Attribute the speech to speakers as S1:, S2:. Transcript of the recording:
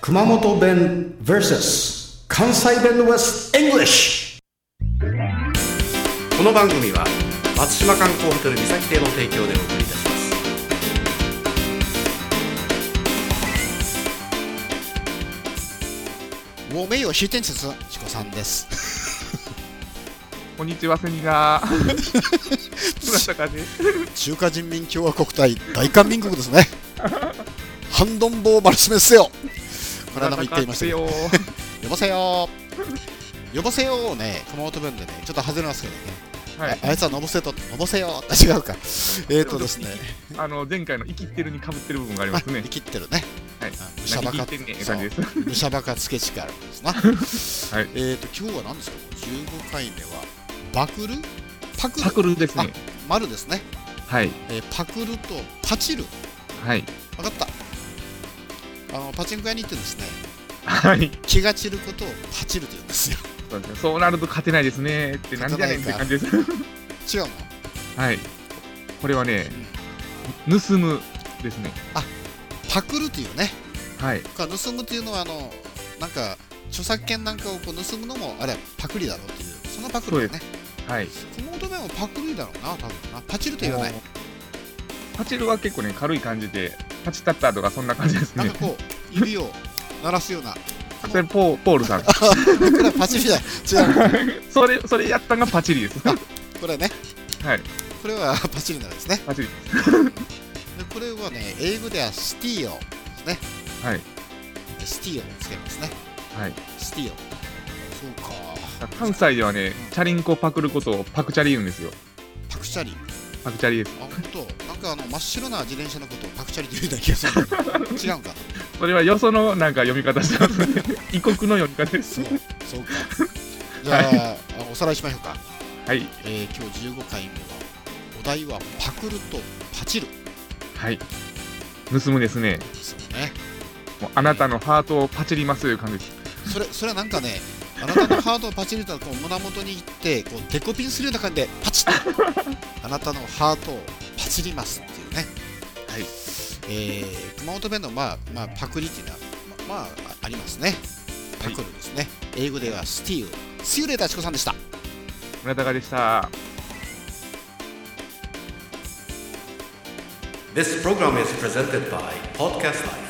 S1: 熊本弁 VS 関西弁 West English
S2: この番組は松島観光ホテル三崎亭の提供でお送りいたします
S3: 我没有虚天此词チコさんです。
S4: こんにちは、セミナー。どうだったかね。
S3: 中華人民共和国対大韓民国ですね。ハンドンボーマルスメッセよ。これは名前言っていましたけど。
S4: よ。
S3: 呼ばせよー。呼ばせよーをね、熊本弁でね、ちょっと外れますけどね。
S4: はい。
S3: ああいつはのぼせと、のぼせよー。あ違うか。えーとですね。
S4: あの、前回の生きってるに被ってる部分があり
S3: あ、
S4: ますね
S3: 生。きってるね。
S4: はい。
S3: むしゃばか
S4: 生きてるね、感じです。
S3: むしゃばかつけ力ですな。
S4: い
S3: えーと、今日は何ですか ?15 回目は、バクルパク
S4: タ
S3: ル
S4: クルですね。
S3: 丸ですね。
S4: はい。
S3: えーパクルとパチル。
S4: はい。
S3: 分かったあのパチンコ屋に行ってですね
S4: はい。
S3: 気が散ることをパチると言うんですよ
S4: そうですねそうなると勝てないですね。ってなんじゃねんって感じです。
S3: 違うの
S4: はい。これはね、盗むですね。
S3: パクるというね
S4: はい。
S3: これは盗むというのはあのなんか著作権なんかをこう盗むのもあれはパクリだろうっていうそのパクリだね
S4: はい。
S3: この乙女もパクリだろうな多分なパチると言わない
S4: パチルは結構ね、軽い感じで、パチタッタとかそんな感じです
S3: なん
S4: ね
S3: か。こう指を鳴らすような
S4: それポー、ポールさん。
S3: これはパチリだ違 う
S4: それ、それやったんがパチリです。は
S3: これね
S4: い。
S3: これはパチリなんですね
S4: パチリ。
S3: でこれはね英語ではスティーオですね
S4: はい。
S3: スティーオをつけますね
S4: はい。
S3: スティーオそうか
S4: 関西ではね、チャリンコパクることをパクチャリ言うんですよ。
S3: パクチャリ
S4: パクチャリです。
S3: あ本当なんかあの真っ白な自転車のことをパクチャリと言うような気がするんだけ ど違うんかな
S4: それはよそのなんか読み方してますね。 異国の読み方です
S3: そう。そうかじゃあ,、あおさらいしましょうか、
S4: はい。
S3: えー今日15回目はお題はパクるとパチる
S4: はい。盗むですね。
S3: ですよね
S4: もうあなたのハートをパチりますという感じです。
S3: それそれはなんかねあなたのハートをパチリとこう胸元に行ってこうデコピンするような感じでパチッと あなたのハートをパチりますっていうね
S4: はい
S3: えー熊本弁の、まあまあ、パクリっていうのは、まあ、まあありますねパクるですね、英語ではスティールスティールレーターチコさんでした
S4: 村高でした。
S2: This program is presented by Podcast Life